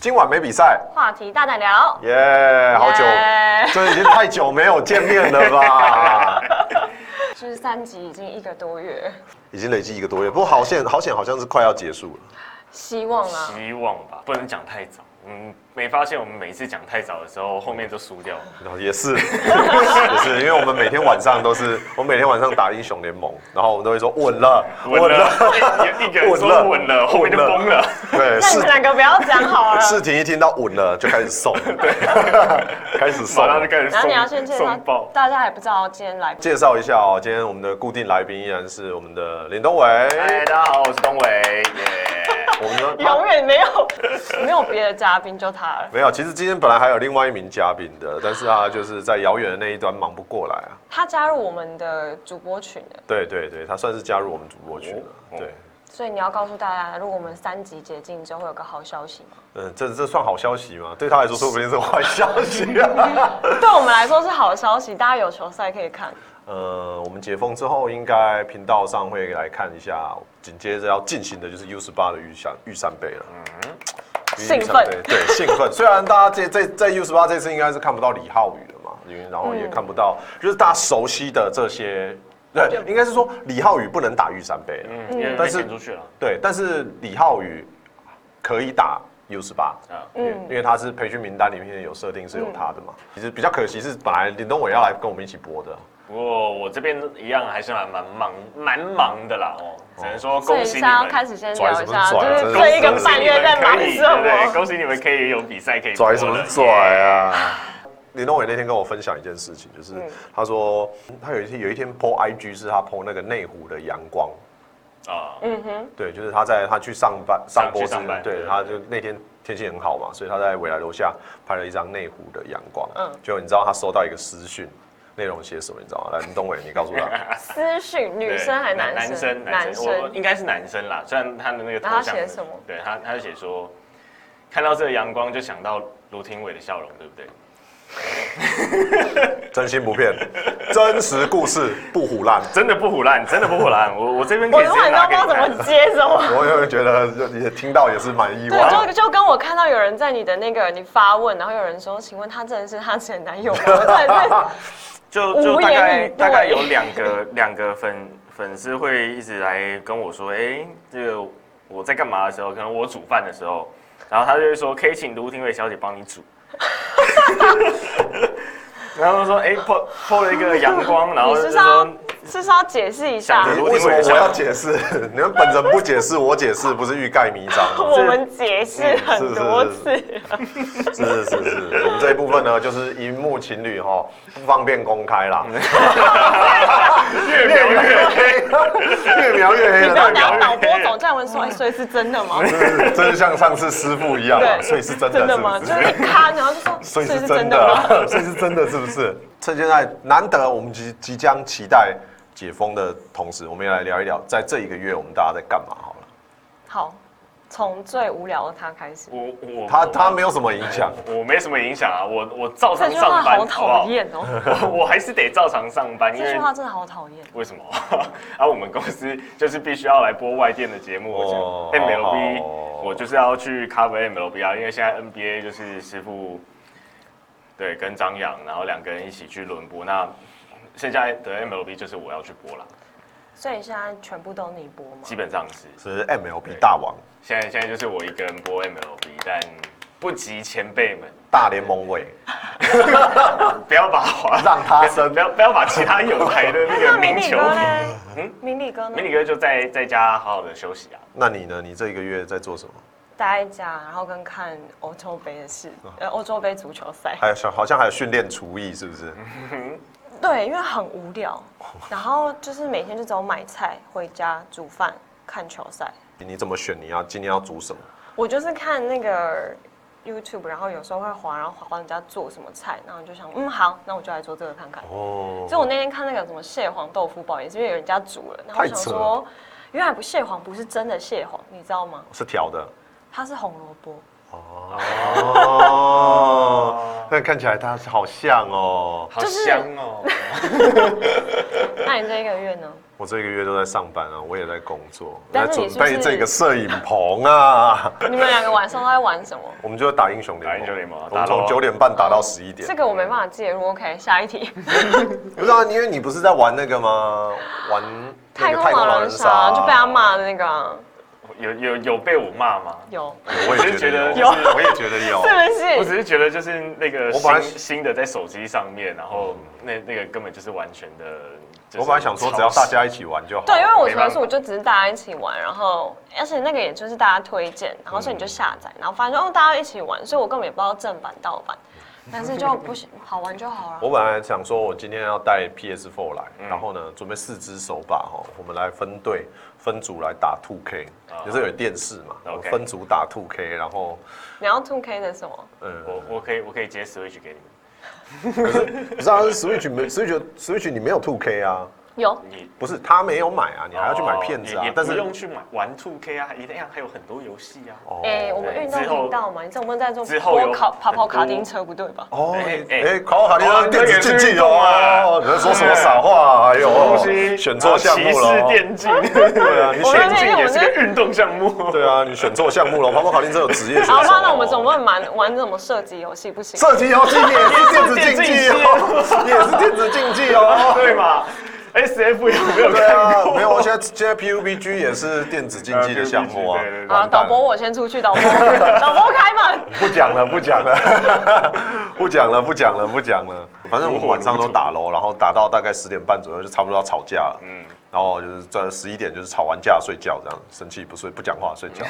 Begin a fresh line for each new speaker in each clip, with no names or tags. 今晚没比赛，
话题大胆聊，
耶、好久，
耶
这已经太久没有见面了吧？
就是三集已经一个多月，
已经累积一个多月，不过好险，好险，好像是快要结束了。
希望啊，
希望吧，不能讲太早。嗯，没发现我们每次讲太早的时候，后面都输掉了。
然后也是， 也是，因为我们每天晚上都是，我每天晚上打英雄联盟，然后我们都会说稳了，
稳了，一一个人
稳了
说稳了，后面就
稳了
崩 了。
对，
那你
是
们 两个不要讲好 了。
事情一听到稳了就开始 送，对，开始送
马。上就开始
然后你要
送
先介绍
送爆，。
大家还不知道今天来
介绍一下哦，今天我们的固定来宾依然是我们的林东伟，
嗨，哎大家好，我是东伟，耶、
我们的
永远没有没有别的嘉宾，就他了。
没有，其实今天本来还有另外一名嘉宾的，但是他就是在遥远的那一端忙不过来啊。
他加入我们的主播群了，
对对对，他算是加入我们主播群了。
哦
对，
所以你要告诉大家，如果我们三集解禁之后，会有个好消息 吗？
嗯，这这算好消息吗？对他来说，说不定是坏消息啊。
对我们来说是好消息，大家有球赛可以看。
呃，我们解封之后，应该频道上会来看一下，紧接着要进行的就是 U 十八的预山预山杯了。嗯，
兴奋
对，兴奋。 虽然大家这这在 U 十八这次应该是看不到李浩宇了嘛，
嗯
因为然后也看不到，就是大家熟悉的这些，对，应该是说李浩宇不能打预山杯了，
嗯，因为
但
被
是
赶出去了。
对，但是李浩宇可以打 U 十八。
啊，
嗯
因为他是培训名单里面有设定是有他的嘛，其实比较可惜是本来林东伟要来跟我们一起播的，
不过我这边一样还是蛮蛮忙蛮忙的啦哦，只能说
所以
恭喜
现
你
在要
们。
开始先聊
拽
一下，
什么拽
就是这一个半月在忙什
恭喜你们
么。
可以对不对恭喜你们可以有比赛可以
拽
播
什么
了
拽
耶
啊？林东伟那天跟我分享一件事情，就是他说他有一天有一天 PO IG 是他 PO 那个内湖的阳光，
啊！
对，就是他在他去上班上播
去
之
上班
对，
对
他就那天天气很好嘛，所以他在未来楼下拍了一张内湖的阳光，嗯
嗯，
结果你知道他收到一个私讯，内容写什么你知道吗？来，林东伟你告诉他，
私讯女
对
生还男
男
生？
生男生，我应该是男生啦。虽然他的那个头
然后他
像
写
是
什么？
对他，他就写说，看到这个阳光就想到卢廷伟的笑容，对不对？
真心不骗，真实故事不胡乱。
真的不胡乱，真的不胡乱。我我这边可
我
以直
永
接
远都不
拿给
知
你
道怎
看
么。接什么。
我也觉得也听到也是蛮意外
对，
的，
就就跟我看到有人在你的那个你发问，然后有人说，请问他真的是他前男友吗？我真的是
就
无
就大
言
概
以对
大概有两个 两个粉粉丝会一直来跟我说，哎、这个我在干嘛的时候，可能我煮饭的时候，然后他就会说，可以请卢廷伟小姐帮你煮。 然后说，哎、破破了一个阳光，然后
你
就
不
是是
是要
说，
是不是要解释一下
想？
你为什么我要解释？ 你们本人不解释，我解释不是欲盖弥彰啊吗？
我们解释很多次，
是是是是，我们这一部分呢，就是荧幕情侣哈，不方便公开 啦，
越描越黑，
越描越黑
你不要
了。
拿导播总站文说，哎，所以是真的吗？
就是真是像上次师傅一样啊，
对，
所以是真的，
真
是
的
不
吗？
是
就？是一看，然后就说，
所以是
是
真
真
的
的 吗？
啊，所以是真的，是不是？趁现在难得我们即即将期待解封的同时，我们也来聊一聊，在这一个月我们大家在干嘛好了。
好，从最无聊的他开始。
我我
他他没有什么影响，
我没什么影响啊，我我照
这
常
句话
上班，
好讨厌哦！
好不好， 我我还是得照常上班，因
这
为
句话真的好讨厌。哦
为什么？ 啊，我们公司就是必须要来播外电的节目，
哦
我就 MLB，、
哦
我就是要去 cover MLB 啊，因为现在 NBA 就是师傅对跟张扬，然后两个人一起去轮播，那剩下的 MLB 就是我要去播了，
所以现在全部都你播吗？
基本上是
是 MLB 大王
现在现在就是我一个人播 MLB，但不及前辈们，
大联盟伟。
不要把华
让他生
不要不要把其他有台的那个
那明
名
理
球
哥
迷，
嘞？明理哥呢
迷？你哥就在在家好好的休息啊。
那你呢？你这一个月在做什么？
待在家，然后跟看欧洲杯的事，
啊
呃，欧洲杯足球赛。
还有像好像还有训练厨艺，是不是？
对，因为很无聊，然后就是每天就只有买菜、回家煮饭、看球赛。
你怎么选？你要今天要煮什么？
我就是看那个 YouTube，然后有时候会滑，然后滑滑人家做什么菜，然后就想，嗯，好，那我就来做这个看看。
哦，
所以我那天看那个什么蟹黄豆腐煲，也是因为有人家煮了，然后我
太
想
扯
说，原来不蟹黄不是真的蟹黄，你知道吗？
是调的
它是红萝卜，
哦，但看起来他好像哦。
好
就是
香哦！
那你这一个月呢？
我这个月都在上班啊，我也在工作，来
但是
准
你是不是
备这个摄影棚啊。
你们两个晚上都在玩什么？
我们就打英雄联盟，
打英雄联盟
我们从
打咯
九点半打到十一点
这。个我没办法介入。OK，下一题。
不是啊，因为你不是在玩那个吗？玩那
太
个
空狼人杀就被他骂的那个啊
有有有被我骂吗？
有，
我也觉得有，我也觉得有。
是
我
不
只
是？
是觉得就是那个
我本来
新新的在手机上面，然后那那个根本就是完全的。就是
我本来想说，只要大家一起玩就好。
对，因为我纯
没办
属
法
就只是大家一起玩，然后而且那个也就是大家推荐，然后所以你就下载，然后发现哦大家一起玩，所以我根本也不知道正版盗版，但是就不行，好玩就好
我
了。
本来想说，我今天要带 PS4 来，
嗯
然后呢，准备四只手把哈，我们来分队分组来打 2K，有时候有电视嘛，我们
啊 OK
分组打 2K，然后
你要 Two K 的什么？
呃，
我我可以我可以接 Switch 给你
不是啊，Switch 没 Switch Switch 你没有 2K 啊，
有
们，你
不是他没有买啊，你还要去买片子
哦
啊
也也，
但
不
是
用去买玩 Two K 啊，一定还有很多游戏啊。
哦
哎，我们运动
之后
频道嘛，你这我们在做
之后有
波考跑跑卡
很多
丁车不对吧？
哦，哎
哎、哎
考考你
哦
让电子竞技
这个也是运动啊
哦，你在说什么傻话、啊？哎呦，
哦
选错项目了哦
然后歧视。啊电竞，
对啊，你
我
选
们
电竞也是
我
个运动项目。
对啊，你选错项目了。跑跑卡丁车有职业选手
好
哦。
吧，那我们总不能玩玩什么射击游戏不 行？
射击游戏你也是电子竞技哦， 你也是电子竞技哦。
对嘛？S F 有没 有
对
看
啊，
过？
没有，我现在现在 PUBG 也是电子竞技的项目啊
呃，PUBG 对对对
好，
完蛋
导
了
播我先出去，导播 导播开门。
不讲了，不讲了， 不讲了，不讲了，不讲了。反正我们晚上都打楼，然后打到大概十点半左右，就差不多要吵架了。嗯，然后就是在十一点就是吵完架睡觉，这样生气不睡不讲话睡觉。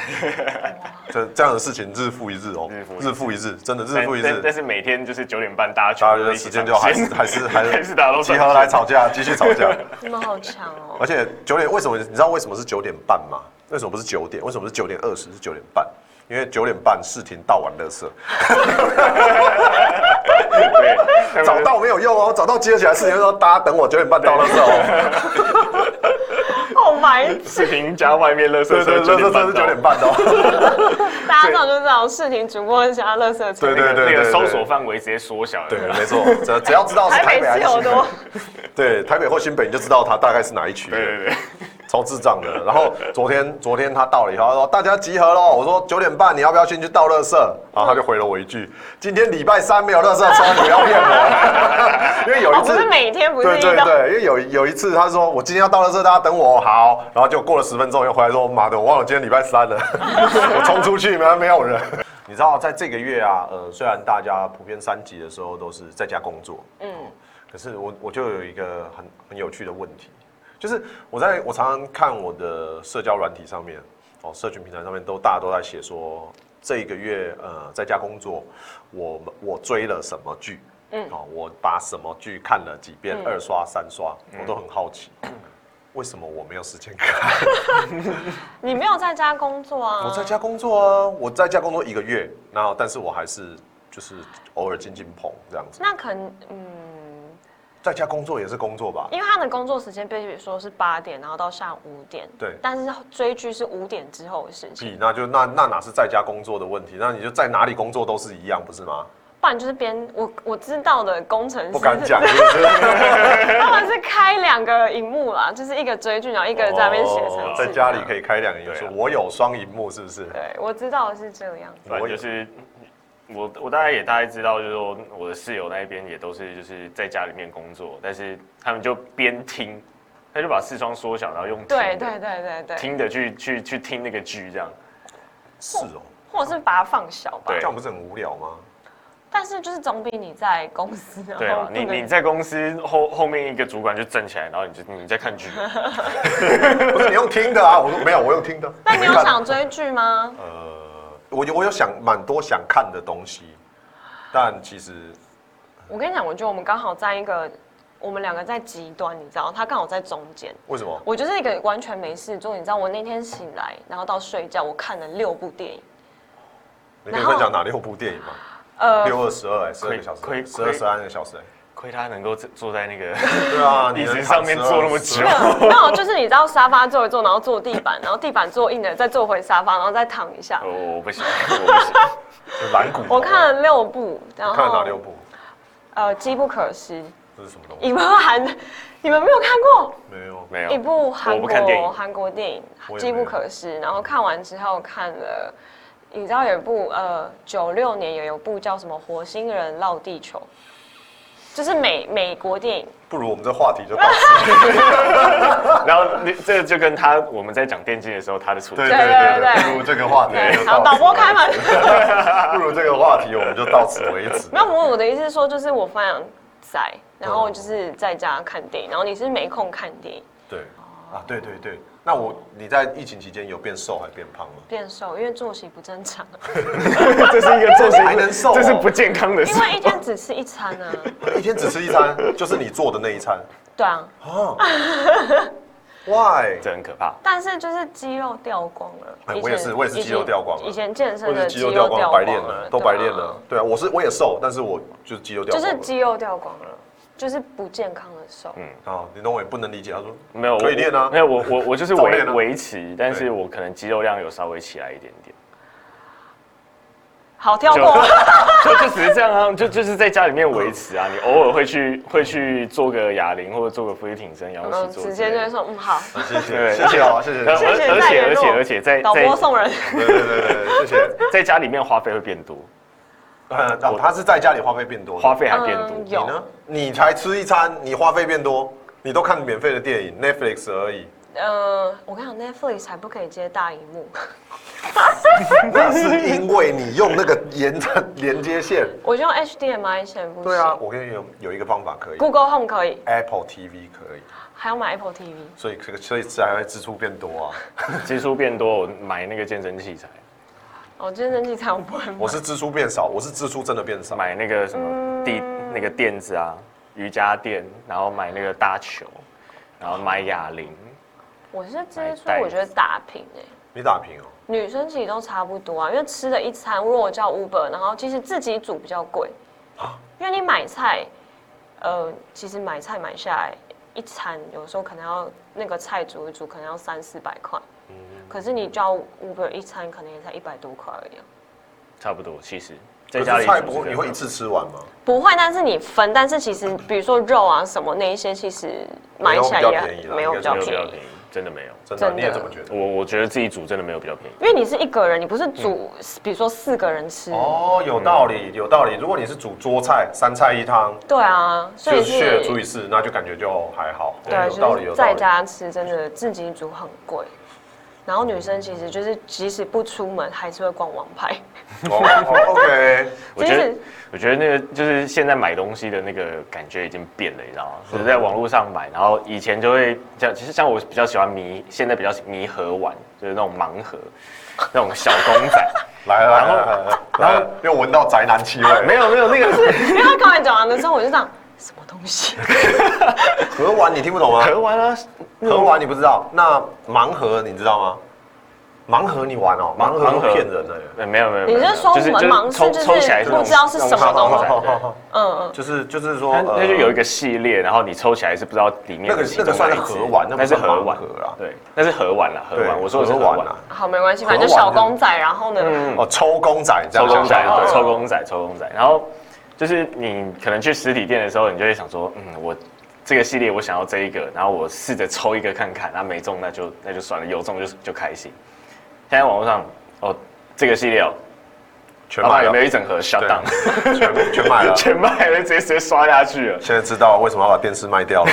这这样的事情日复一日哦，日复一日，真的日
但
复一
但但
日。
是每天就是九点半，
大
大家全
家
部
的
一起
时间
上
就还
线
是还是还
还是大家都
是集
上
合来
线
吵架，继续吵架。
你们好强哦！
而且九点为什么？你知道为什么是九点半吗？为什么不是九点？为什么不是九点二十？是九点半？因为九点半视听到完乐色。
对，
找到没有用哦，找到接起来事情说大家等我九点半到的哦时候，
好白痴，
视频加外面乐色
对对
车
对，这
九
这
点半
是
到
九点半哦，
大家早就知道视频主播加乐色车
对，对
那个
对
那
对
个
对，
搜索范围直接缩小了。
对，没错，只只要知道是
台
台
北
北还
是
是
有哦
新北
多，
对，台北或新北你就知道它大概是哪一区了，
对对 对，
超智障的。然后昨天昨天他到了以后，他说大家集合喽，我说九点半你要不要先去倒垃圾？然后他就回了我一句，今天礼拜三没有垃圾车，你不要骗我， 因为有一
哦，
次
不是每天不是
对
遇
对
到，
对，因为有有一次他说我今天要到了这，大家等我好，然后就过了十分钟又回来说妈的，我忘了今天礼拜三 了，我冲出去没有没有人。你知道在这个月啊，呃，虽然大家普遍三级的时候都是在家工作，嗯，可是我我就有一个很很有趣的问题，就是我在我常常看我的社交软体上面，哦，社群平台上面都大家都在写说这一个月呃在家工作，我们我追了什么剧。嗯，哦，我把什么剧看了几
嗯
遍，二刷、三刷，
嗯
我都很好奇， 为什么我没有时间看？
你没有在家工作
哦
啊？
我在家工作啊，我在家工作一个月，然后但是我还是就是偶尔进进棚这样子，
那可能嗯，
在家工作也是工作吧？
因为他的工作时间被说是八点，然后到下午五点，
对嗯
但是追剧是五点之后的事情，
屁，那就那那哪是在家工作的问题？那你就在哪里工作都是一样，不是吗？
不然就是边我我知道的工程师
不敢讲，是不是？
他们是开两个荧幕啦，就是一个追剧，然后一个在那边写程
哦
式，
在家里可以开两个荧
对
幕
啊，
我有双荧幕，是不是？
对，我知道是这样。
反正就是我我大概也大概知道，就是说我的室友那一边也都是就是在家里面工作，但是他们就边听，他就把视窗缩小，然后用听
对
的
对对对对，
听的去去去听那个剧这样。
是哦，
或者是把它放小
这
吧
对。
样不是很无聊吗？
但是就是总比你在公司然后
对啊，你
不能
你在公司后后面一个主管就站起来，然后你就你在看剧，
不是你用听的啊？我说没有，我用听的。
那你有
没看
想追剧吗？
呃我有我有想蛮多想看的东西，但其实
我跟你讲，我觉得我们刚好在一个，我们两个在极端，你知道，他刚好在中间。
为什么？
我就是一个完全没事做，你知道，我那天醒来，然后到睡觉，我看了六部电影，
你可以
然后
分享哪六部电影吗？
呃，
六二十二哎，十二个小时，
亏亏
十二十三个小时哎，
亏他能够坐坐在那个
对啊，
椅
你
子
能
上面
躺12
坐那么久
没，有，没有，就是你知道沙发坐一坐，然后坐地板，然后地板坐硬了，再坐回沙发，然后再哎躺一
哦
下。
哦我我不行，我不行。
蓝骨头。
我看哦了六部，然
你
后
看了哪六？部？
呃，机不可失，
这是什么东西？
一部韩， 你们没有看过？
没有，
没有
一部
我
韩
不看电影
国韩国电影
我也没有
《机不可失》，然后看完之后看了，你知道有一部呃九六年有一部叫什么《火星人绕地球》，就是美美国电影，
不如我们这话题就到此。
然后你这就跟他我们在讲电竞的时候他的处境
对
对
对
对
对，不如这个话题就
好，
到
导
此
播开门。
不如这个话题我们就到此为止。
没有，我我的意思是说，就是我非常宅，然后就是在家看电影，然后你是没空看电影，
对啊，对对对。那我你在疫情期间有变瘦还变胖吗？
变瘦，因为作息不正 常，
这是一个作息
还能瘦哦
这是不健康的
因
事。
为一天只吃一餐啊。
一天只吃一餐，就是你做的那一餐
对啊，
啊？Why？
这很可怕。
但是就是肌肉掉光了。
哎
以前
我也是我也是肌肉掉光了
以前以前健身
或
的
是
肌
肌
肉
肉
掉
掉
光
光，白练了，都白练
对啊
了。对啊，我是我也瘦，但是我就是肌肉掉
就
光了。
是肌肉掉光了，就是不健康的瘦。
啊，你懂我也不能理解。他说
没有
可以练啊
我没有我我我就是
早
围
练啊
围棋，但是
对
我可能肌肉量有稍微起来一点点。
好跳
就
过，
就就只是这样啊，就就是在家里面维持啊，你偶尔会去会去做个哑铃或者做个俯卧挺身，仰卧
嗯，
起坐之
直
类的。
接就会说嗯 好，
谢谢
对
谢谢啊，谢谢
可
谢谢
谢谢
而而
再
且
联
而且
络
而且在
导播
在
送人。
对对对对对，谢谢。
在家里面花费会变多，
呃，哦他是在家里花费变多的，
花费还变多。
嗯
你呢？你才吃一餐，你花费变多，你都看免费的电影 Netflix 而 已，
呃，我跟你讲，Netflix 还不可以接大荧幕。
那是因为你用那个沿着连接线。
我就用 HDMI 线不 行。
对啊，我跟你有有一个方法可以
Google Home 可以，
，Apple TV 可以，
还要买 Apple TV。
所以这个所以才会支出变多啊。
支出变多，我买那个健身器材，
哦，健身器材我不会买
我。是支出变少，我是支出真的变少。
买那个什么地那个垫子啊，瑜伽垫，然后买那个大球，然后买哑铃。
我是
买
支出
袋，子
我觉得打平哎、
你打平哦，
女生其实都差不多啊，因为吃的一餐，如果我叫 Uber，然后其实自己煮比较贵，
啊
因为你买菜，呃，其实买菜买下来一餐，有时候可能要那个菜煮一煮，可能要三四百块，
嗯
可是你叫 Uber 一餐，可能也才一百多块而已啊、
差不多，其实在
可
家里
是菜
煮
不
是
会你会一次吃完吗？
不会，但是你分，但是其实比如说肉啊什么那一些，其实买起来
没有比较便宜
也
啦
没有
应该
比
是
较
没
便
有比较
宜
便。宜，真的没有。
真的，
真
你
的
也这么觉得？
我我觉得自己煮真的没有比较便宜。
因为你是一个人，你不是煮，比如说四个人吃，
哦，有道理，有道理。如果你是煮桌菜，三菜一汤，
对啊，所
就
以
是血
是，
煮一次，那就感觉就还好。哦
对，
哎有道
就
理，有
是
道
在
理。
家吃真的自己煮很贵，然后女生其实就是即使不出门，还是会逛网拍，
哦哦 OK，
我觉
其
得
实，
我觉得那个就是现在买东西的那个感觉已经变了，你知道吗？就是在网络上买，然后以前就会像，其实像我比较喜欢迷，现在比较喜迷盒玩，就是那种盲盒， 那种小 公仔。
来来来来来，然后又闻到宅男 气味。
没有没有那个
因为她刚才讲完的时候，我就想什么东西，
盒玩你听不懂吗？
盒玩啊，那
盒
种
玩你不知道，那盲盒你知道吗？盲盒你玩哦，盲盒都骗人的。
呃没有没有，
你
没有
是说
没有
我们盲是
抽
就是
抽起来那种
不知道是什么东西
哦
那种小公仔对
嗯嗯，
就是就是说，呃
它它就有一
个
个系列，然后你抽起来是不知道里面
那个
的其
那个
中
算是
哪一只
盒玩那不
那是
算
盒玩
盲盒啊
对，那是盒玩啦，盒玩，我说的是盒玩
啊。
好没关系，反正就小公仔，然后呢，
哦，抽公仔哦这
抽
样
公仔，
想
对，
想
抽公仔，抽公仔。然后就是你可能去实体店的时候，你就会想说，嗯，我这个系列我想要这一个，然后我试着抽一个看看，那没中那就那就算了，有中就就开心。现在网络上哦，这个系列哦，
全
老
啊买
板有
了
没有，一整盒 shut down？
对啊全全 买了。
全卖了，直接直接刷下去了。
现在知道为什么要把电视卖掉了。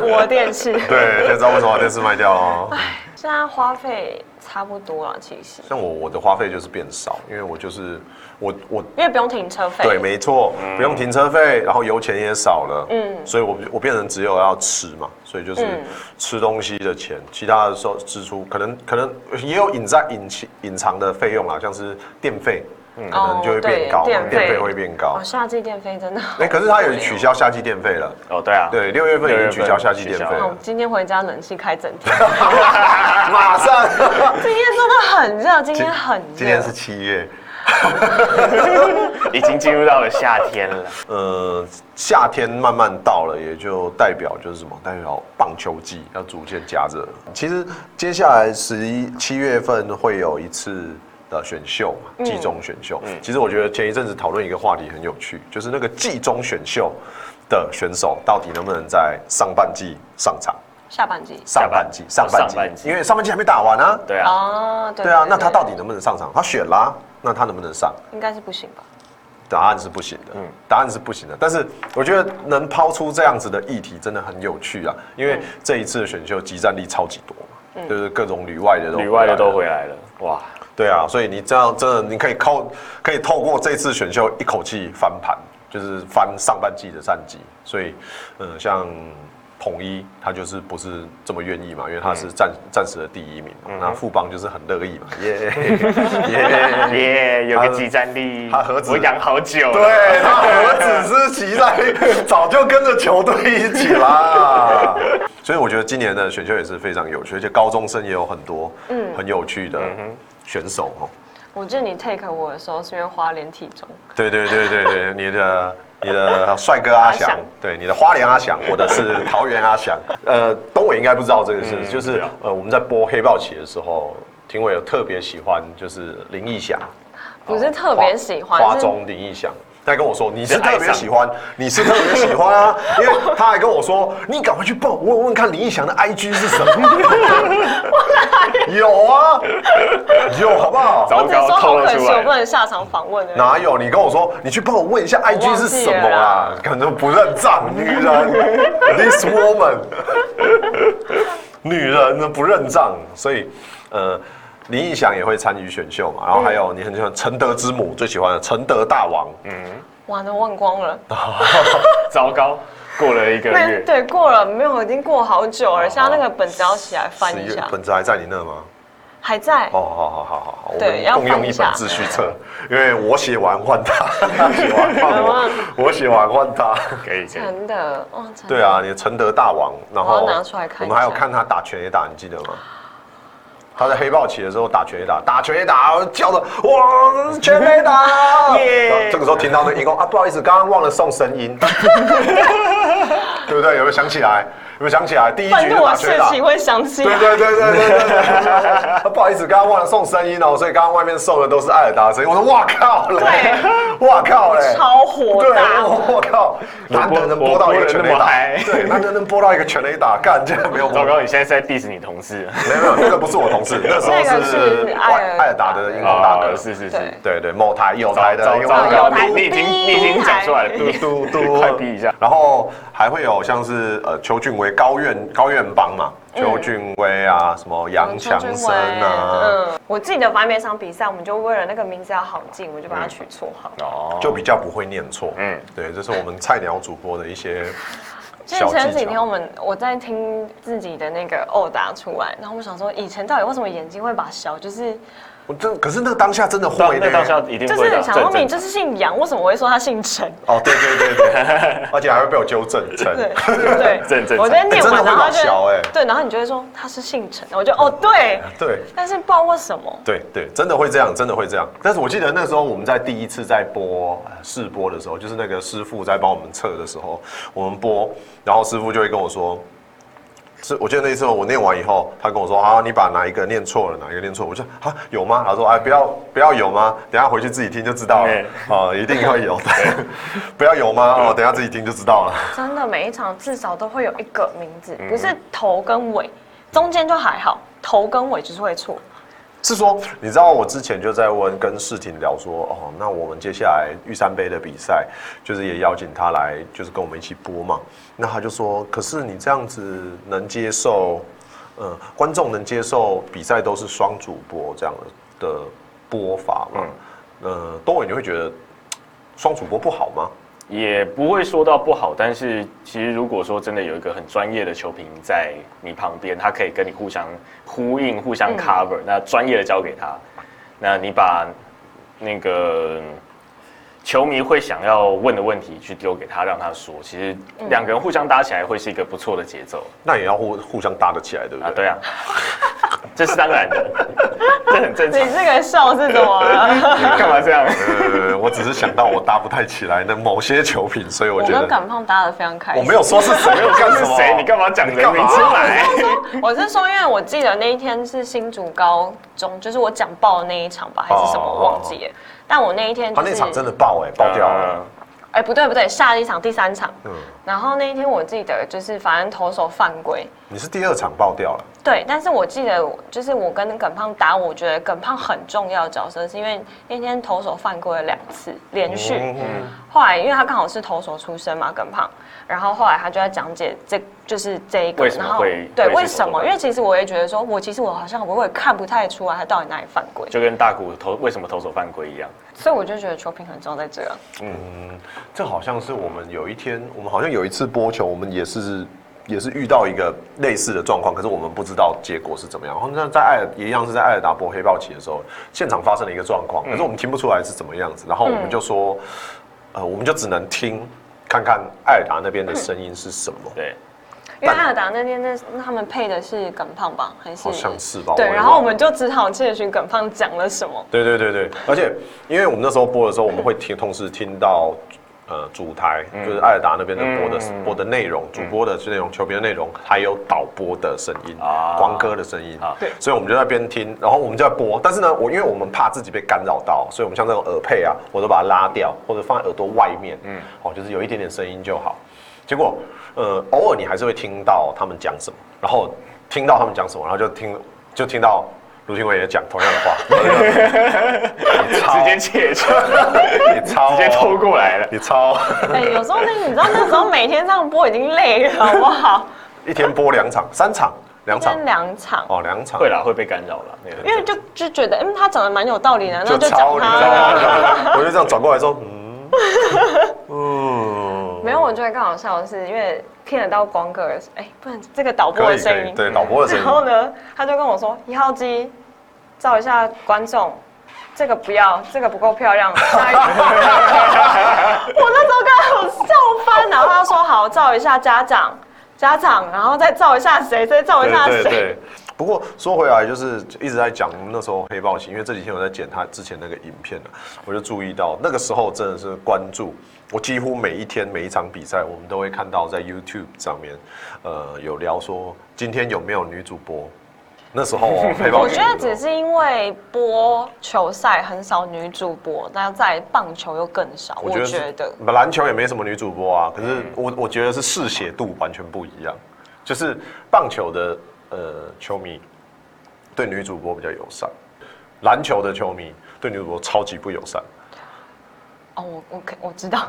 我电视，
对，现在知道为什么把电视卖掉 了。哦
现在花费差不多了，其实，
像我我的花费就是变少，因为我就是我我
因为不用停车费，
对，没错，不用停车费，然后油钱也少了，嗯，所以我我变成只有要吃嘛，所以就是吃东西的钱，其他的时候支出可能可能也有隐在隐其隐藏的费用啦，像是电费，可能就会变高嘛，
哦对
嗯电
电
费
费
会变高
哦，。夏季电费真的。哦
哎，可是它有取消夏季电费了，
哦，对啊，
对，六月份已经取消夏季电费
六月
了
好我，今天回家冷气开整天，
马上，
今天真的很热，今天很热。
今天是七月，
已经进入到了夏天了。
呃，夏天慢慢到了，也就代表就是什么？代表棒球季要逐渐加热。其实接下来十一七月份会有一次的选秀嘛，季中选秀。其实我觉得前一阵子讨论一个话题很有趣，就是那个季中选秀的选手到底能不能在上半季上场？
下半季
上半季，
下
上
半
半
上半季
季，因为上半季还没打完啊。
对啊，
哦，对
对啊，那他到底能不能上场？他选啦，那他能不能上？
应该是不行吧？
答案是不行的，
嗯
答案是不行的。但是我觉得能抛出这样子的议题真的很有趣啊，因为这一次的选秀集战力超级多嘛，就是各种旅外的都
嗯旅外的都
回
回
来了。啊
来了， 哇！
对啊，所以你这样真的你可以靠可以透过这次选秀一口气翻盘，就是翻上半季的战绩。所以，嗯，像统一他就是不是这么愿意嘛，因为他
嗯
是暂暂时的第一名嘛。那富邦就是很乐意嘛，耶 耶。
耶，有个集战力，
他何止
我养好久了，
对他何止是骑在，早就跟着球队一起啦。 所以我觉得今年的选秀也是非常有趣，而且高中生也有很多嗯很有趣的选手哦。
我记得你 take 我的时候是因为花莲体中，
对对对对对，你的 你的帅哥阿
阿
翔
翔，
对你的花莲阿翔，我的是桃园阿 翔。呃，东伟应该不知道这个事，
嗯
就是
对啊
呃我们在播黑豹旗的时候，廷伟有特别喜欢就是林义祥。
不是特别喜欢，
花
是
中林义祥。他还跟我说你是
是爱
特
上
别喜欢，你是特别喜欢 啊，因为他还跟我说你赶快去报问问看林义祥的 IG 是什么。有啊，有好不好？
糟
我只能
糕，
说好
透露
可惜，
出
我
来
不
了。
能下场访问而已。
哪有？你跟我说你去帮我问一下 IG 是什么啊？可能不认账，女人，this woman，女人呢不认账，所以呃。林义祥也会参与选秀嘛，然后还有你很喜欢承德之母，最喜欢的承德大王，
完了，忘光了。
糟糕，过了一个
没
月，
对，过了没有？已经过好久了。现在那个本子要起来翻
哦十一
一
月
下，
本子还在你那吗？
还在
哦，。好好好好好，我
对
们
要
共用
放
一本
一下
秩序册，因为我写完换 他，他写完换我，我写完换他。
可以可以。
真的，哦，真的
对啊，，你的承德大王，然后
我要拿出来看
我
一下
们还有看他打拳也打，你记得吗？他在黑豹旗的时候打拳也打，打拳也打，叫的哇全垒 打！
耶
然后这个时候听到那个义工啊，不好意思，刚刚忘了送声音，对不对？有没有想起来？有没有想起来？第一局
愤
就
怒
打
的
拳
事
也打，
情会啊想起
对
来。
对对对对对对。不好意思，刚刚忘了送声音哦，所以刚刚外面送的都是艾尔达的声音。我说哇靠嘞，哇靠嘞，
超火
啊对，哦
大，
我我靠，难得能播到一个全垒
我播得那么
打
嗨，
对，难得能播到一个全垒打，干这样没有播
糟糕，你现在是在 diss 你 同事
没有没有，那个不是我同事，那时候
那个
是
是
艾
艾尔
艾尔达的英雄大
啊？
哥，
是是是
对，
对对，某台有台的
糟糟
英雄
糟
大
有
哥
糕，
台
你你 已经
逼
你已经讲出来了，
嘟
逼
嘟嘟，
快逼一下。
然后还会有像是呃邱俊威、高院高院帮嘛，邱俊威啊，什么杨强生啊，
嗯，我记得反正每场比赛，我们就为了那个名字要好记，我们就把它取绰号。
哦，
就比较不会念错。嗯
嗯，
对，这是我们菜鸟主播的一些
所以
小
前
技
几天我
巧。
们我在听自己的那个殴打出来，然后我想说，以前到底为什么眼睛会把小就是
我真可是那个当下真的
到
会
那
呢。
到时候一定
就
会
是
的，
想说
正
你
正
就是姓杨，为什么我会说他姓陈？
哦，对对对对，而且还会被我纠正成。
对对
正正
对，我在念
欸真的
完，
会
然后
老小欸
就对，然后你就会说他是姓陈，我就哦对，
对
但是不知道为什么，
对对，真的会这样，真的会这样。但是我记得那时候我们在第一次在播呃试播的时候，就是那个师傅在帮我们测的时候，我们播，然后师傅就会跟我说，是我记得那一次我念完以后，他跟我说啊，你把哪一个念错了，哪一个念错了，我就啊有吗？他说哎不要不要有吗？等一下回去自己听就知道了
对，
哦一定会有的，不要有吗？哦等一下自己听就知道了。
真的每一场至少都会有一个名字，
嗯
不是头跟尾，中间就还好，头跟尾就是 会错。
是说，你知道我之前就在问跟世婷聊说，哦，那我们接下来玉山杯的比赛，就是也邀请他来，就是跟我们一起播嘛。那他就说，可是你这样子能接受，呃，观众能接受比赛都是双主播这样的的播法
嗯
吗？呃，东伟你会觉得嘖双主播不好吗？
也不会说到不好，但是其实如果说真的有一个很专业的球评在你旁边，他可以跟你互相呼应、互相 cover，、那专业的交给他，那你把那个球迷会想要问的问题去丢给他，让他说，其实两个人互相搭起来会是一个不错的节奏、
嗯
啊
那也要互互相搭得起来，对不对？
啊，对啊，这是当然的， 这很正
你
常。
这个笑是怎么了？
干嘛这样？
呃，我只是想到我搭不太起来那某些球品，所以我
我
觉
跟
得
感胖搭的非常开
我
心。
没有说是谁，没有干什
是
么，
谁？你干嘛讲人
干嘛
名出来？
我是说，因为我记得那一天是新竹高中，就是我讲爆的那一场吧，还是什么
哦
我忘记了。但我那一天就
他
是，
那场真的爆哎、爆掉了。
嗯
哎、不对不对，下一场第三场。
嗯，
然后那一天我记得就是，反正投手犯规，
你是第二场爆掉了，
对。但是我记得我就是我跟耿胖打，我觉得耿胖很重要的角色，是因为那天投手犯规了两次连续。
嗯
后来，因为他刚好是投手出身嘛，耿胖，然后后来他就在讲解这就是这一个，
为什么
然后
会
对
会是
为什
投手
么？因为其实我也觉得说，我其实我好像我也看不太出来他到底哪里犯规，
就跟大谷投为什么投手犯规一样，
所以我就觉得球评很重要在这个。
这好像是我们有一天，我们好像有一次播球，我们也是也是遇到一个类似的状况，可是我们不知道结果是怎么样。然后那在艾尔也一样是在艾尔达播黑豹旗的时候，现场发生了一个状况，可是我们听不出来是怎么样子。然后我们就说，呃，我们就只能听看看艾尔达那边的声音是什么。
对，
因为艾尔达那天那那他们配的是耿胖吧，还是
好像是吧
对，
我也
然
忘
后
了
我们就只好借询耿胖讲了什么。
对对对对，而且因为我们那时候播的时候，我们会听同时听到呃主台，就是艾尔达那边的播的、
嗯
播的内容，主播的内容、球迷的内容，还有导播的声音、
啊
光哥的声音
啊，
对
所以我们就在边听，然后我们就在播。但是呢，我因为我们怕自己被干扰到，所以我们像这种耳配啊，我都把它拉掉，或者放在耳朵外面，嗯，哦，就是有一点点声音就好。结果，呃，偶尔你还是会听到他们讲什么，然后听到他们讲什么，然后就听就听到卢廷伟也讲同样的话，
直接切球，
你超
直接偷过来了。
你超
哎、有时候那个你知道那时候每天这样播已经 累了，好不好？
一天播两场、三场、两场
先两场，
哦，两场
会啦，会被干扰了。那个
因为就就觉得嗯他讲的蛮有道理的，那就讲
超你知
他。
道吗？我就这样转过来说，嗯嗯，
没有，我觉得更好笑的是，因为听得到光哥的，哎、不能这个导播
可
的
以可
声
以，
音。
对导播的声
然后
音，
呢，他就跟我说：“一号机，照一下观众，这个不要，这个不够 漂亮。下一个” 我那时候刚好笑翻，然后他说：“好，照一下家长，家长，然后再照一下谁，再照一下
对对
谁。
对。不过说回来，就是一直在讲我们那时候黑豹旗，因为这几天我在剪他之前那个影片呢、我就注意到那个时候真的是关注，我几乎每一天每一场比赛，我们都会看到在 YouTube 上面，呃，有聊说今天有没有女主播。那时候、 哦、黑”豹
我
旗
觉得只是因为播球赛很少女主播，那在棒球又更少。我
是
觉得，
篮球也没什么女主播啊，可
嗯
是我我觉得是嗜血度完全不一样，就是棒球的呃球迷对女主播比较友善，篮球的球迷对女主播超级不友善。
哦，我我可我知道，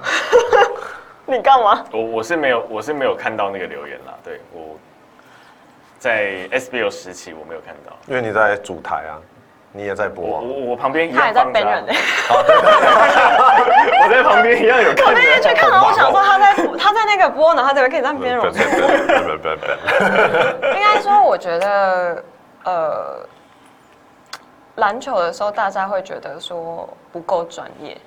你干嘛？
我我是没有我是没有看到那个留言啦。对我在 SBL 时期我没有看到，
因为你在主台啊，你也在播
我
啊，
我我旁边一样
他也在
放着
本
啊
人 呢、
我在旁边一样有
我
看
那天去
着啊。
看，我想说他在他在那个播，然后他怎么可以在那边
别
融入？
别别别
应该说，我觉得呃，篮球的时候大家会觉得说不够专业，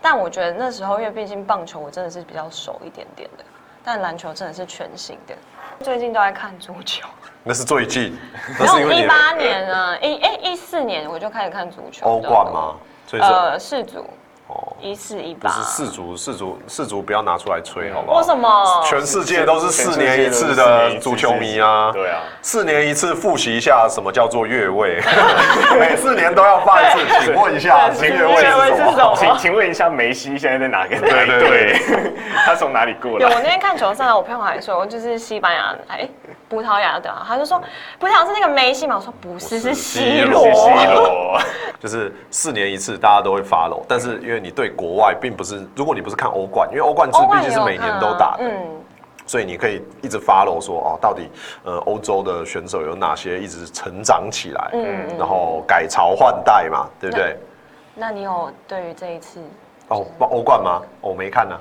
但我觉得那时候因为毕竟棒球我真的是比较熟一点点的，但篮球真的是全新的。最近都在看足球，
那是最近，那
然
是
后
因为
一
你
八年啊，一哎一四年我就开始看足球，
欧冠？吗？所以是、
呃，世足
哦，
一四一
不
八，
是世足，世足世足不要拿出来吹好不好？
为什么？
全世界都是四年一次
全世界都是四
的
年一次
足球迷啊，
对啊，
四年一次复习一下什么叫做越位， 每四年都要放一次，请问一下，
对
请越位
请越位
是
是
什
什
么？
么
请请问一下，梅西现在在哪个队？
对
对，他从哪里过
有，我
来？
那天看球赛，我朋友还说，就是西班牙，哎，葡萄牙的啊，他就说葡萄牙是那个梅西嘛，我说不
不
是，
是
是 C
罗
是 C
罗。
罗，
就是四年一次，大家都会发楼，但是因为你对国外并不是，如果你不是看欧冠，因为欧冠是毕竟是每年都打的，
嗯，
所以你可以一直 follow 说哦，到底呃欧洲的选手有哪些一直成长起来，
嗯
然后改朝换代嘛，对不对？
那你有对于这一次，
哦，不欧冠吗？哦我没看呢、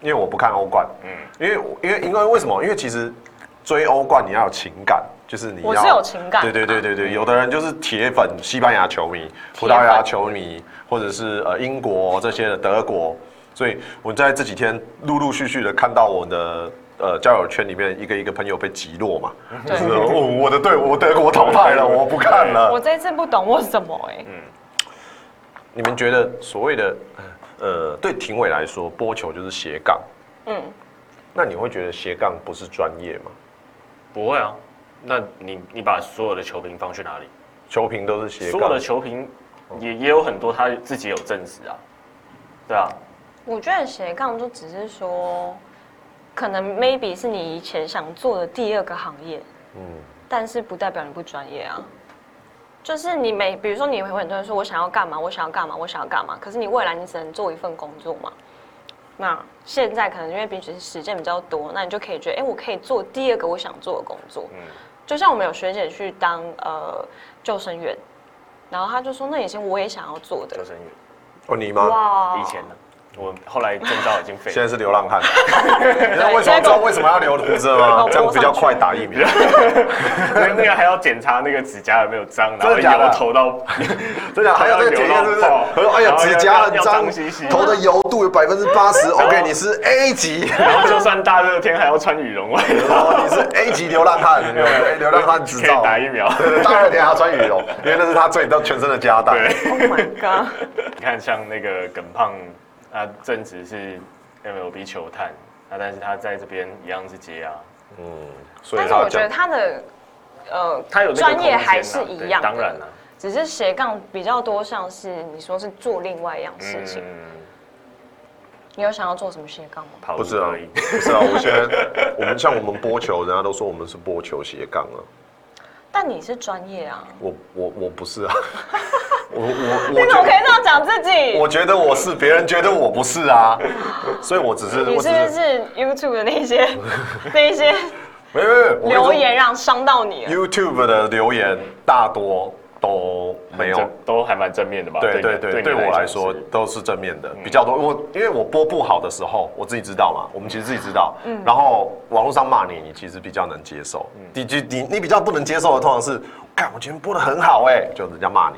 因为我不看欧冠。嗯，因为我因为因为为什么？因为其实追欧冠你要有情感，就是你要
我是有情感的
对
啊
对对对对，有的人就是铁粉，西班牙球迷、葡
铁
萄
粉
牙球迷，或者是呃英国这些的德国。所以我在这几天陆陆续续的看到我的呃交友圈里面一个一个朋友被击落嘛，就
对
是哦我的队我的我淘汰了，我不看
我
了。
这次不懂为什么哎、
嗯你们觉得所谓的呃对评委来说，播球就是斜杠，
嗯，
那你会觉得斜杠不是专业吗？
不会啊，那你你把所有的球评放去哪里？
球评都是斜
所有
杠
的，球评
嗯
也也有很多他自己有正职啊，对啊，
我觉得斜杠就只是说，可能 maybe 是你以前想做的第二个行业，
嗯，
但是不代表你不专业啊。就是你每，比如说你会很多人说我想要干嘛，我想要干嘛，我想要干嘛，可是你未来你只能做一份工作嘛。那现在可能因为比起时间比较多，那你就可以觉得，哎、我可以做第二个我想做的工作。
嗯
就像我们有学姐去当呃救生员，然后她就说，那以前我也想要做的
救。生员
哦你吗？
哇
以前呢，我后来证照已经废
现
了，
在是流 浪汉，你知道为什么知道为什么要留胡子吗？这样比较快打疫 苗。
那那个还要检查那个指甲有没有脏，然
真
后
的假的
油头到
真的啊还有这个检验是不是？他说哎呀，指甲很脏，头的油度有百分之八 十，OK，你是 A 级，
然后就算大热天还要穿羽绒外
然后你是 A 级流浪汉， 流流浪汉执
可以
照。
打疫苗。
对 对，大热天还要穿羽绒，因为那是他最到全身的加带。
对，
，Oh my god！
你看像那个耿胖，他正职是 MLB 球探，那但是他在这边一样是接啊，
嗯，所
但是我觉得他的呃，
他有那个
专业
空间啊
还是一样
对
的，
当然了，啊
只是斜杠比较多，像是你说是做另外一样事情。
嗯，
你有想要做什么斜杠吗？
跑
不
步
是啊
而已，
不是啊，我觉得我们像我们播球，人家都说我们是播球斜杠啊，
但你是专业啊，
我我我不是啊， 我我
你
我
怎
觉
么可
得
以这样讲自己？
我觉得我是，别人觉得我不是啊，所以我只是
你
我
是
只
不是 YouTube 的那些那一些
没有没有我跟你说
留言让伤到你了？
YouTube 的留言大多都没有
这，都还蛮正面的吧？
对对
你
对，
你
对我来说
是
都是正面的，比较多。我因为我播不好的时候，我自己知道嘛，我们其实自己知道。然后网络上骂你，你其实比较能接受。你就你你比较不能接受的，通常是，看我今天播的很好哎，就人家骂你。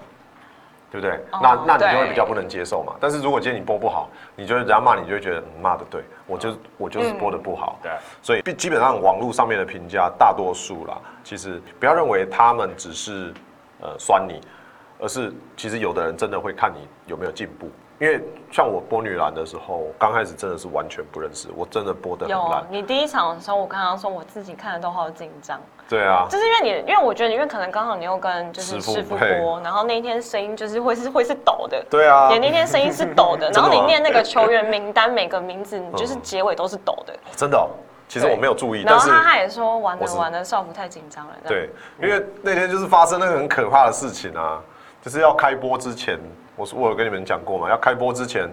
对不对？那那你就会
对
比较不能接受嘛。但是如果今天你播不好，你就是人家骂你，就会觉得嗯骂的对，我就我就是播的不好。
对
所以基基本上网络上面的评价，大多数啦，其实不要认为他们只是呃酸你，而是其实有的人真的会看你有没有进步。因为像我播女篮的时候，刚开始真的是完全不认识，我真的播的很
有啊
烂，。
你第一场的时候，我刚刚说我自己看的都好紧张，
对啊，
就是因为你，因为我觉得，因为可能刚好你又跟就是
师傅
师傅
配
播，然后那一天声音就是会是会是抖的，
对啊
你，那天声音是抖 的，
真的
然
吗
后你念那个球员名单，每个名字你就是结尾都是抖的。
真的哦、其实
对
我没有注意，
然
但
后
是
他他也说完
我
了
是
完了，少辅太紧张了。这样，
对，因为那天就是发生那个很可怕的事情啊，就是要开播之前，我说我有跟你们讲过嘛，要开播之前，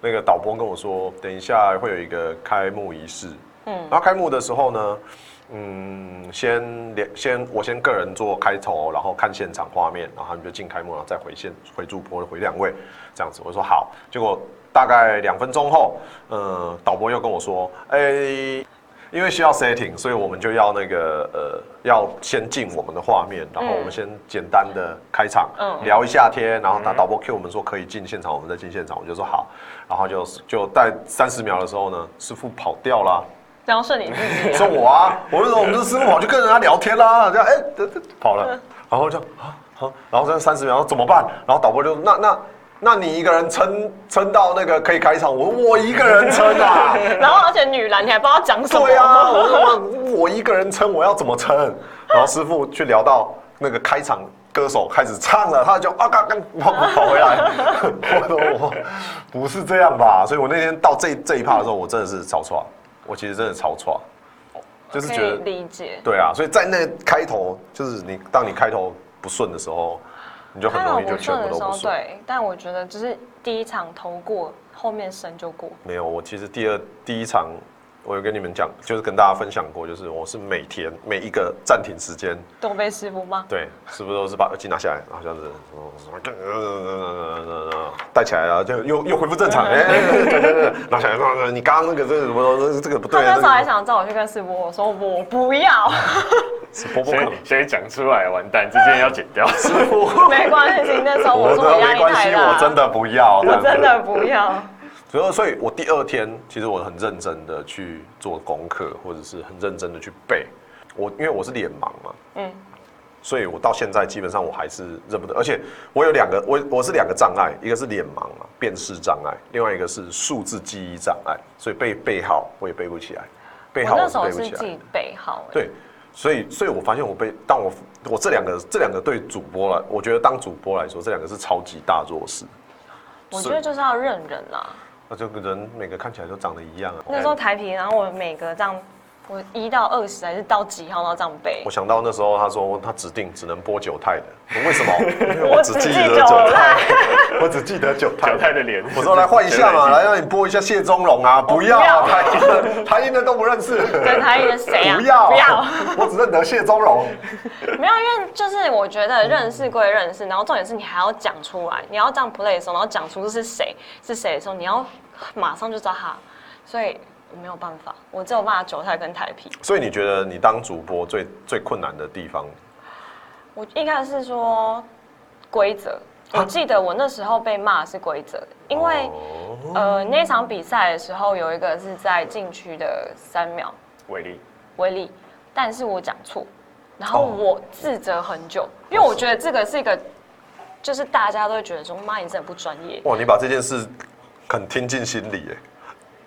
那个导播跟我说，等一下会有一个开幕仪式，嗯，然后开幕的时候呢，嗯，先连先我先个人做开头，然后看现场画面，然后他们就进开幕，然后再回现回助播回两位这样子。我说好，结果大概两分钟后，呃，导播又跟我说，哎、因为需要 setting，所以我们就要那个呃，要先进我们的画面，然后我们先简单的开场，
嗯
聊一下天，然后打导播 Q 我们说可以进现场，我们再进现场，我就说好，然后就就在三十秒的时候呢，师傅跑掉了啊、
然后是你自 己啊。
说我啊，我那时候我们就师傅跑去跟人家聊天啦，这样哎、得得跑了，然后就啊啊，然后这三十秒怎么办？然后导播就那那那你一个人撑撑到那个可以开场，我我一个人撑啊，
然后而且女篮你还不知道讲什么。
对啊，我说那我一个人撑，我要怎么撑？然后师傅去聊到那个开场。歌手开始唱了，他就啊，刚刚跑跑回来。 我说我不是这样吧？所以我那天到这这一趴的时候，我真的是超错，我其实真的超错，就是
可
觉
以
得
理解。
对啊，所以在那开头，就是你当你开头不顺的时候，你就很
他
容
有
易就
不
全
顺
部
的
都
时
不
候，
顺。
对，但我觉得就是第一场投过，后面升就过。
没有，我其实第二第一场，我有跟你们讲，就是跟大家分享过，就是我是每天每一个暂停时间，
都被师傅骂。
对，是不是都是把耳机拿下来，然后这样子，哦戴起来啊，就又又恢复正常，哎，对对对，拿起来，你刚刚那个这个什么这个不
他
对，
那时候还想叫我去跟师傅，我说我 不要，
波波
谁谁讲出来完蛋，这件要剪 掉。
师傅，
没关系。那时候我
我
说我
的
压
没
力
关
太
系，
大，
我真的不要，
我真的不要。
所以，所以我第二天其实我很认真的去做功课，或者是很认真的去背。我因为我是脸盲嘛，嗯
嗯，
所以我到现在基本上我还是认不得，而且我有两个，我我是两个障碍，一个是脸盲嘛，辨识障碍，另外一个是数字记忆障碍，所以背背号我也背不起来，背
我
号
那
我
时
是
候
哎背不起
是
来啊
自
的。
己背好、欸，
对，所以所以我发现我被当我我这两个这两个对主播来，我觉得当主播来说，这两个是超级大弱势。
我
是
觉得就是要认人啦、
那这个人每个看起来都长得一样啊。
那时候台皮，然后我每个这样，我一到二十还是到几号，然后这样背
我。想到那时候他说他指定只能播九泰的，为 什么？因为
我
我只
只
记
记
得
九
九泰， 我只记得九泰
表。态的 脸，
我说来换一下嘛，
真的
来让你播一下谢宗荣啊！不要啊，台英的台英的都不认识，
对，台语的谁啊？
不要
不要，
我只认得谢宗荣。
没有，因为就是我觉得认识归认识，然后重点是你还要讲出来，你要这样 play 的时候，然后讲出是谁是谁的时候，你要马上就知道他，所以我没有办法，我只有办法韭菜跟台皮。
所以你觉得你当主播最最困难的地方？
我应该是说规则，我记得我那时候被骂是规则，因为、
啊哦
呃那场比赛的时候有一个是在禁区的三秒，
伟力，
威力，但是我讲错，然后
哦
我自责很久，因为我觉得这个是一个，就是大家都会觉得说妈你真的不专业，
哇，你把这件事很听进心里耶。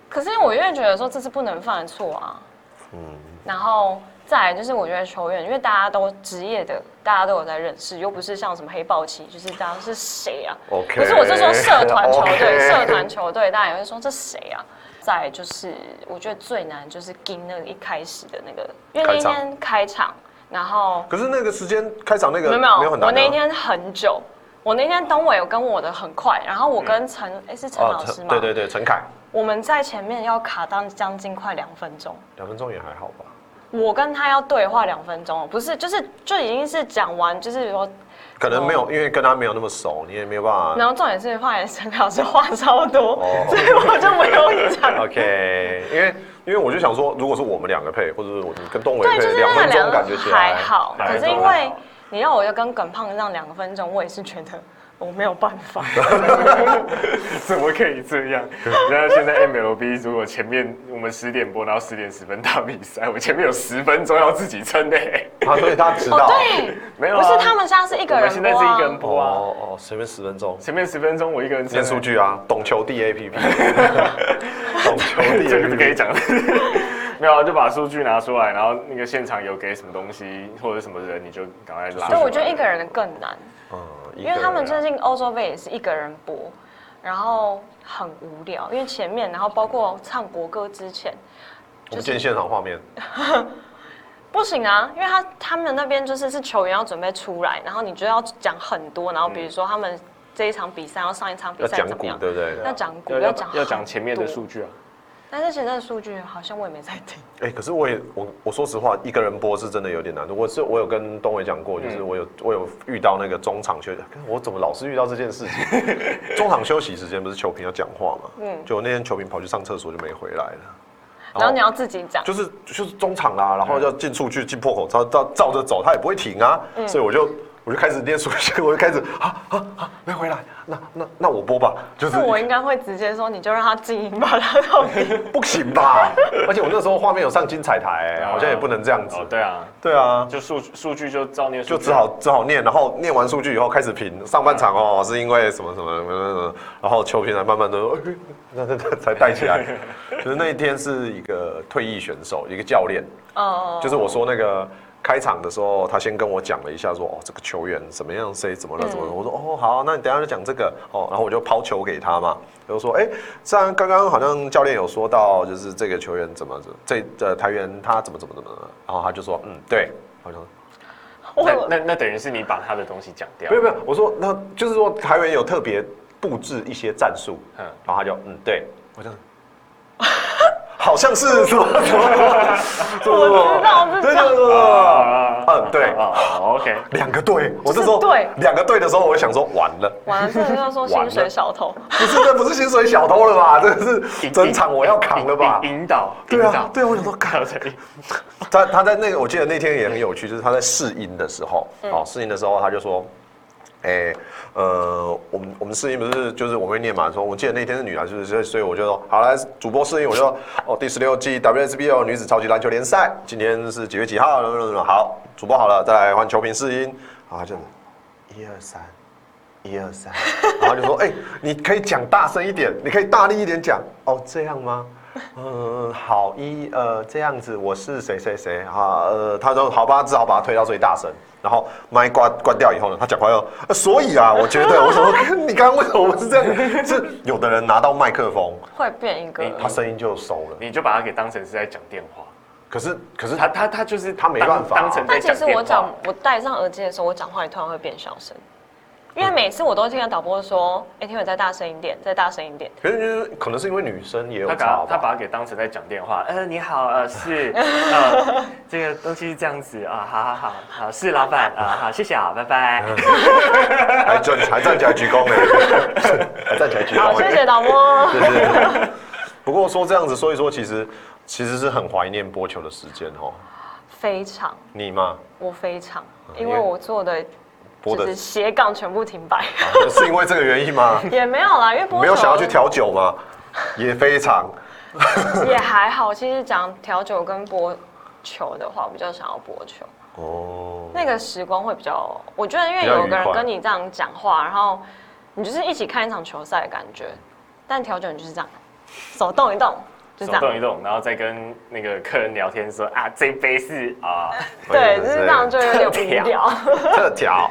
可是我越觉得说这是不能犯的错啊，嗯，然后再来就是我觉得球员，因为大家都职业的，大家都有在认识，又不是像什么黑豹旗，就是大家是谁啊
OK
不是我是说社团球队
OK
社团球队大家也会说这谁啊。再来就是，我觉得最难就是跟那个一开始的那个，因为那
开场
天开场，然后
可是那个时间开场那个
没有没有，
没有很难、啊。
我那天很久，我那天东伟有跟我的很快，然后我跟陈哎、是陈老师吗？
对对对，哦陈凯，
我们在前面要卡到将近快两分钟，
两分钟也还好吧。
我跟他要对话两分钟，哦不是就是就已经是讲完，就是说，
嗯
可能没有，
哦
因为跟他没有那么熟，你也没有办法。
然后重点是发现陈老师话超多，
哦
所以我就没有讲。
哦
OK，因为因为我就想说，如果是我们两个配，或者是我你跟东伟
对，就
配，
是
两
那
分
两
钟
个
感觉起来
还好，
两
可
分
是
钟
因
还
为
好
你要我就跟耿胖让两个分钟，我也是觉得哦 我没有办法。
怎么可以这样？然后现在 MLB 如果前面我们十点播，然后十点十分打比赛，我前面有十分钟要自己撑的、欸，
啊，所以他知道。
哦对，
没有、
不
啊，
是他们现在是一个
我们
人
现
播
在是一个人
啊。
播啊，
哦，随便十分钟。
前面十分钟我一个人撑
念数，据啊，懂球帝 APP，懂球帝 APP
这个不可以。讲。 没有啊，就把数据拿出来，然后那个现场有给什么东西或者什么人，你就赶快拉出来。
对，我觉得一个人更难，
嗯，因
因为他们最近欧洲杯也是一个人播，然后很无聊，因为前面，然后包括唱国歌之前
我们见现场画面，
不行啊，因为他他们那边就是是球员要准备出来，然后你就要讲很多，然后比如说他们这一场比赛，然后上一场比
要
赛
讲
怎么
股
样，
对不对？
要讲股
要
要
要
讲
要讲前面的
很多
数，据啊，
但是前面的数据好像我也没在听，
哎、可是我也我我说实话，一个人播是真的有点难度。我是我有跟东伟讲过，
嗯
就是我有我有遇到那个中场休息，可是我怎么老是遇到这件事情？ 中场休息时间不是球评要讲话嘛？嗯，
嗯
就我那天球评跑去上厕所就没回来了。
然后你要自嗯己讲，
就是就是中场啦，然后要进出去进破口，照照照着走，他也不会停啊，
嗯
所以我就。我就开始念书， 我就开始啊啊啊，没回来，那那那我播吧，就是
那我应该会直接说你就让他静音吧，然后
不行 吧？而且我那时候画面有上金彩台、
啊
哎好像也不能这样子。
哦，对啊，
对啊，
就数数据就照念数据
就只
啊，
好只好念，然后念完数据以后开始评上半场哦，是因为什么什么什么什么，然后球评才慢慢的， 那、那那才带起来。就是那一天是一个退役选手，一个教练，
哦，
就是我说那个开场的时候，他先跟我讲了一下说，哦，这个球员怎么样，谁怎么了，怎么了。我说哦，好，那你等一下就讲这个哦，然后我就抛球给他嘛，我就说，哎，虽然刚刚好像教练有说到，就是这个球员怎么这呃台员他怎么怎么怎么了，然后他就说，嗯，对，好像。
我
那那那等于是你把他的东西讲掉
没，有没有，我说那就是说台湾有特别布置一些战术，
嗯
然后他就嗯对，我就好像是什么什么，
我知道我
对
知
对
道
对对对，嗯对
哦哦，OK，
两个队，我这时候
就是对
两个队的时候，我就想说完了，
完了，这个要说薪
完
水
了
小偷，
不是这不是薪水小偷了吧？这个是
引
整场我要扛了吧？
引引引导，
对
引
啊
导，
对啊，我想说 扛。他他在那个，我记得那天也很有趣，就是他在试音的时候，哦，试音的时候他就说，哎、呃，我们我们试音不是就是我会念嘛，说我记得那天是女篮，是不是？所以所以我就说，好来，主播试音，我就说，哦，第十六季 WSBL 哦女子超级篮球联赛，今天是几月几号？好，主播好了，再来换球评试音，啊，这样子，一二三。一二三，然后就说：“哎、你可以讲大声一点，你可以大力一点讲。”哦，这样 吗？嗯，好，一呃，这样子，我是谁谁谁啊？呃，他说好吧，只好把它推到最大声，然后麦关关掉以后呢，他讲话又、呃所以啊，我觉得，我想说，你刚刚为什么不是这样？是有的人拿到麦克风，
会变一个
你
他声音就熟了，
你就把它给当成是在讲电话。
可是可是
他
他
他他就是
他没
当
办法啊
当成在
但其
讲
实
电
我
话。
讲，我戴上耳机的时候，我讲话也突然会变小声，因为每次我都听到导播说：“哎、听我再大声一点，再大声一点。
可是就是可能是因为女生也有
他
差
把他
吧。
把它给当成在讲电话，呃，你好，呃，是，呃，这个东西是这样子啊，好好好，好是老板啊，好，谢谢啊，拜拜。
嗯还哎站还站起来鞠躬呢，还站起来鞠”躬
好，
呢。
谢谢导播。
就是，不过说这样子说一说，其实其实是很怀念播球的时间哦。
非常，
你嘛，
我非常，
啊因
因
为
为我做的
播的
就
啊
是斜杠全部停摆，
是因为这个原因 吗？
也没有啦，因为播哦
没有想要
球
去调酒吗？也非常
也还好。其实讲调酒跟播球的话，我比较想要播球。
哦，
那个时光会比较，我觉得因为
比较
有个
愉
人
快
跟你这样讲话，然后你就是一起看一场球赛的感觉。但调整就是这样，手动一动，就
手
这样。
动一动，然后再跟那个客人聊天说啊，这杯是啊，
对，就是这样，就有点
调
无聊。
特 调。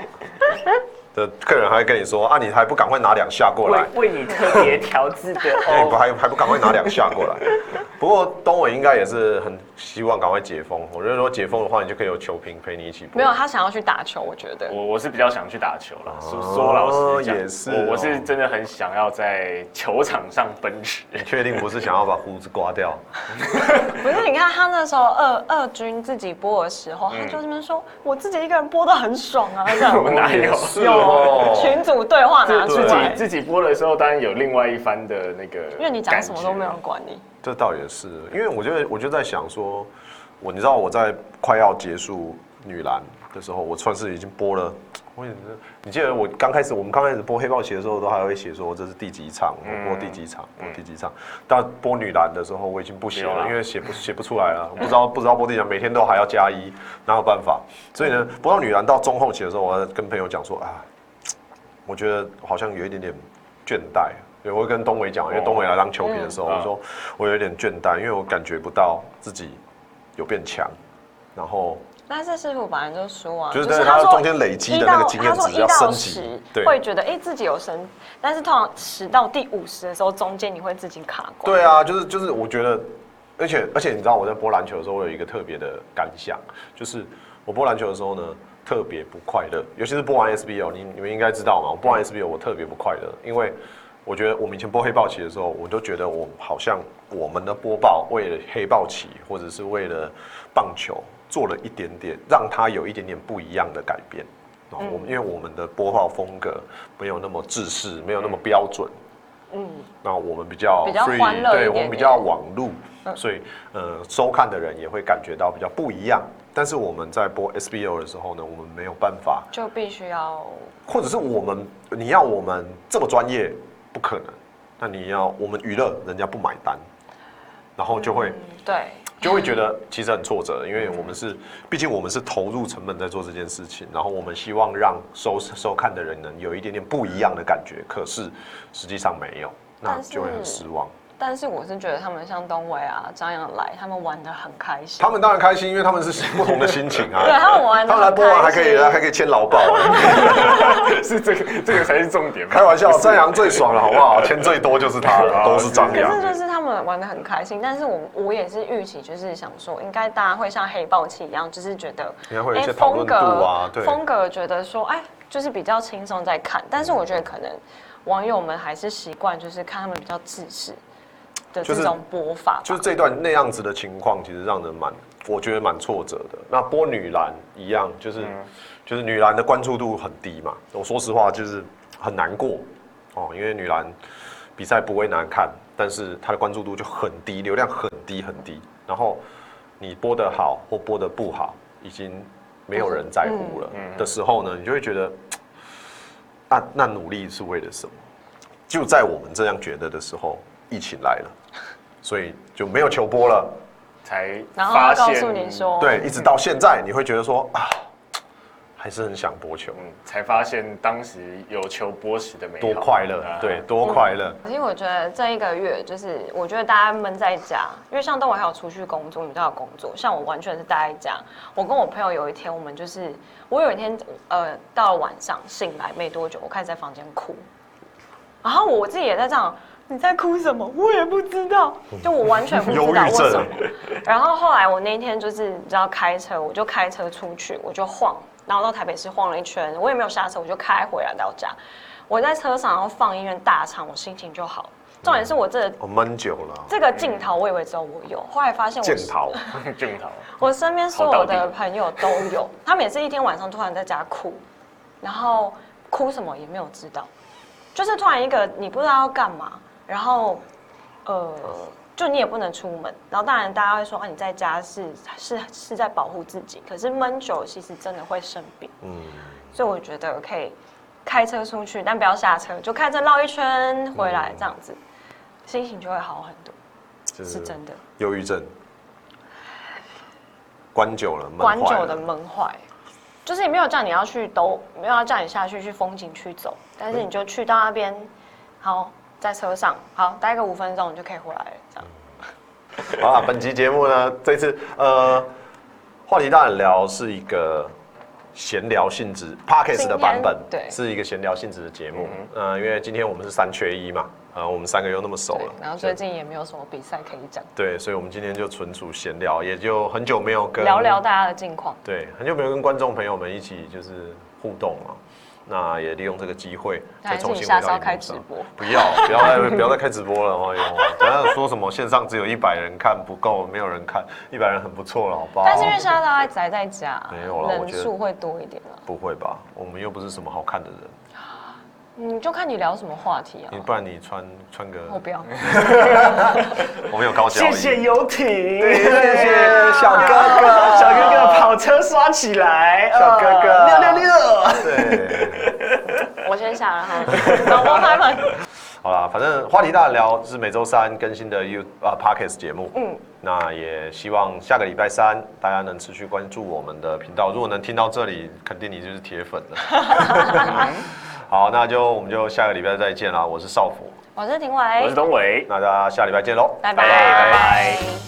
的客人还会跟你说啊，你还不赶快拿两下过来
为？为你特别调制的
哎、不
哦。
还还不赶快拿两下过来？不过东伟应该也是很希望赶快解封。我觉得如果解封的话，你就可以有球评陪你一起播。
没有，他想要去打球，我觉得。
我我是比较想去打球了，说说老实讲，
哦也是
我我是
哦
真的很想要在球场上奔 驰。
确定不是想要把胡子刮掉？
不是，你看他那时候二二军自己播的时候，他就这边说，我自己一个人播的很爽啊，这样。
嗯 我哪有
也是哦，
群组对话拿出
自己
来，
自己播的时候，当然有另外一番的那个，
因为你讲什么都没有人。管你。
这倒也是，因为我觉得我就在想说，我你知道我在快要结束女篮的时候，我算是已经播了。我也是，你记得我刚开始，我们刚开始播黑豹鞋的时候，都还会写说这是第几场，我播第几场，我第几场。但播女篮的时候，我已经不写
嗯没有
了，
啦
因为写不写不出来了，我不知道不知道播第几场，每天都还要加一，哪有办法？所以呢，播到女篮到中后期的时候，我还跟朋友讲说啊，我觉得好像有一点点倦怠。对，我会跟东伟讲，因
哦
为东伟来当球评的时候，
嗯
我说我有一点倦怠，因为我感觉不到自己有变强，然后
但是师傅本来就输啊，
就是
是
他
他说
中间累积的那个经验值
一到
要
他
升
说一到
级
十
对
会觉得哎、诶自己有升，但是通常十到第五十的时候，中间你会自己卡关。
对啊，就是就是，我觉得，而且而且，你知道我在播篮球的时候，我有一个特别的感想，就是我播篮球的时候呢，特别不快乐，尤其是播完 SBL，你你们应该知道嘛，我播完 SBL 我特别不快乐，因为我觉得我们以前播黑豹旗的时候，我都觉得我好像我们的播报为了黑豹旗或者是为了棒球做了一点点，让它有一点点不一样的改变。哦，我们因为我们的播报风格没有那么制式，没有那么标准，
嗯
那我们比较
比较
free，
欢乐一
对
点嗯
我们比较网路，所以呃，收看的人也会感觉到比较不一样。但是我们在播 SBO 的时候呢，我们没有办法，
就必须要
或者是我们你要我们这么专业，不可能。那你要我们娱乐，人家不买单，然后就
嗯
会、
对，
就会觉得其实很挫折，因为我们是，毕竟我们是投入成本在做这件事情，然后我们希望让收收看的人能有一点点不一样的感觉，可是实际上没有，那
但是
就会很失望。
但是我是觉得他们像东伟啊、张扬来，他们玩的很开心。
他们当然开心，因为他们是不同的心情啊。
对他们玩得
他们来播啊完还可以
很开心
还可以签劳 保、
是这个这个才是重点吧。
开玩笑，张扬最爽了，好不好？签最多就是他了，都是张
可
扬
是。就是他们玩的很开心，但是我我也是预期，就是想说，应该大家会像黑豹旗一样，就是觉得
应该会有一
哎
些讨论度啊
风格
对
风格觉得说，哎，就是比较轻松在看，但是我觉得可能网友们还是习惯，就是看他们比较自式的
就是
这种播法吧、
就是这段那样子的情况，其实让人蛮，我觉得蛮挫折的。那播女篮一样，就是、
嗯
就是女篮的关注度很低嘛。我说实话，就是很难过哦，因为女篮比赛不会难看，但是它的关注度就很低，流量很低很低。然后你播的好或播的
嗯
不好，已经没有人在乎了的时候呢，你就会觉得。那啊那努力是为了什么？就在我们这样觉得的时候，疫情来了，所以就没有球播了。
才
然后他
发现
告诉你说，，
对，一直
嗯
到现在，你会觉得说啊，还是很想播球，
嗯，才发现当时有求播时的美好，
多快乐
嗯
啊，
对，，多快乐。
可是我觉得这一个月，就是我觉得大家闷在家，因为像邓伟还有出去工作，你都要工作，像我完全是待在家。我跟我朋友有一天，我们就是我有一天呃到了晚上醒来没多久，我开始在房间哭，然后我自己也在这样。你在哭什么？我也不知道，就我完全不知
忧
道
郁
为
症
什么。然后后来我那一天就是你知道开车，我就开车出去，我就晃，然后到台北市晃了一圈，我也没有下车，我就开回来到家。我在车上然后放音乐大唱，我心情就好了。重点是我这
我哦闷久了，
这个镜头，我以为只有我有，后来发现
健
我
逃。
正 好。
我身边所有的朋友都 有，他们也是一天晚上突然在家哭，然后哭什么也没有知道，就是突然一个你不知道要干嘛，然后呃，就你也不能出门，然后当然大家会说啊你在家是是是在保护自己，可是闷久了其实真的会生病，
嗯，
所以我觉得可以开车出去，但不要下车，就开车绕一圈回
嗯
来这样子，心情就会好很多，
就是
真的。
忧郁症，关久了，闷
关
坏
久
了
的闷坏，就是也没有叫你要去都没有要叫你下去去风景区走，但是你就去到那边，好在车上好待个五分钟，你就可以回来了，这
嗯
样。
好啦，本期节目呢，这次呃，话题大胆聊是一个闲聊性质 p o c k e t
今
s
天
的版本，
对嗯
是一个闲聊性质的节目。呃，因为今天我们是三缺一嘛，呃，我们三个又那么熟了，
然后最近也没有什么比赛可以讲，
对，所以我们今天就纯属闲聊，也就很久没有跟
聊聊大家的近况。
对，很久没有跟观众朋友们一起就是互动了。那也利用这个机会再
还是
重
你
新
下
回
次要
到
开
开
直
直播。
播？
不要，不要再不要再开直播了哦哟！不要说什么线上只有一百人看不够，没有人看，一百人很不错了，好不好？
但是因为现在大家宅在家，
没有啦我
人
觉得
数会多一点了。
不会吧？我们又不是什么好看的人，
你嗯就看你聊什么话题啊
你？不然你穿穿个，
我 不要，
我们有高脚椅。
游艇，
谢
啊
谢小哥哥，
小哥哥跑车刷起来，
小哥哥
呃六六六。
对，
我先下了哈，老婆他们。
好啦，反正话题大聊是每周三更新的 You 啊 Pockets 节目。嗯，那也希望下个礼拜三大家能持续关注我们的频道。如果能听到这里，肯定你就是铁粉了。 好，那就我们就下个礼拜再见啦。我是少辅，
我是庭
我
伟
是，东伟，
那大家下礼拜见喽，
拜拜。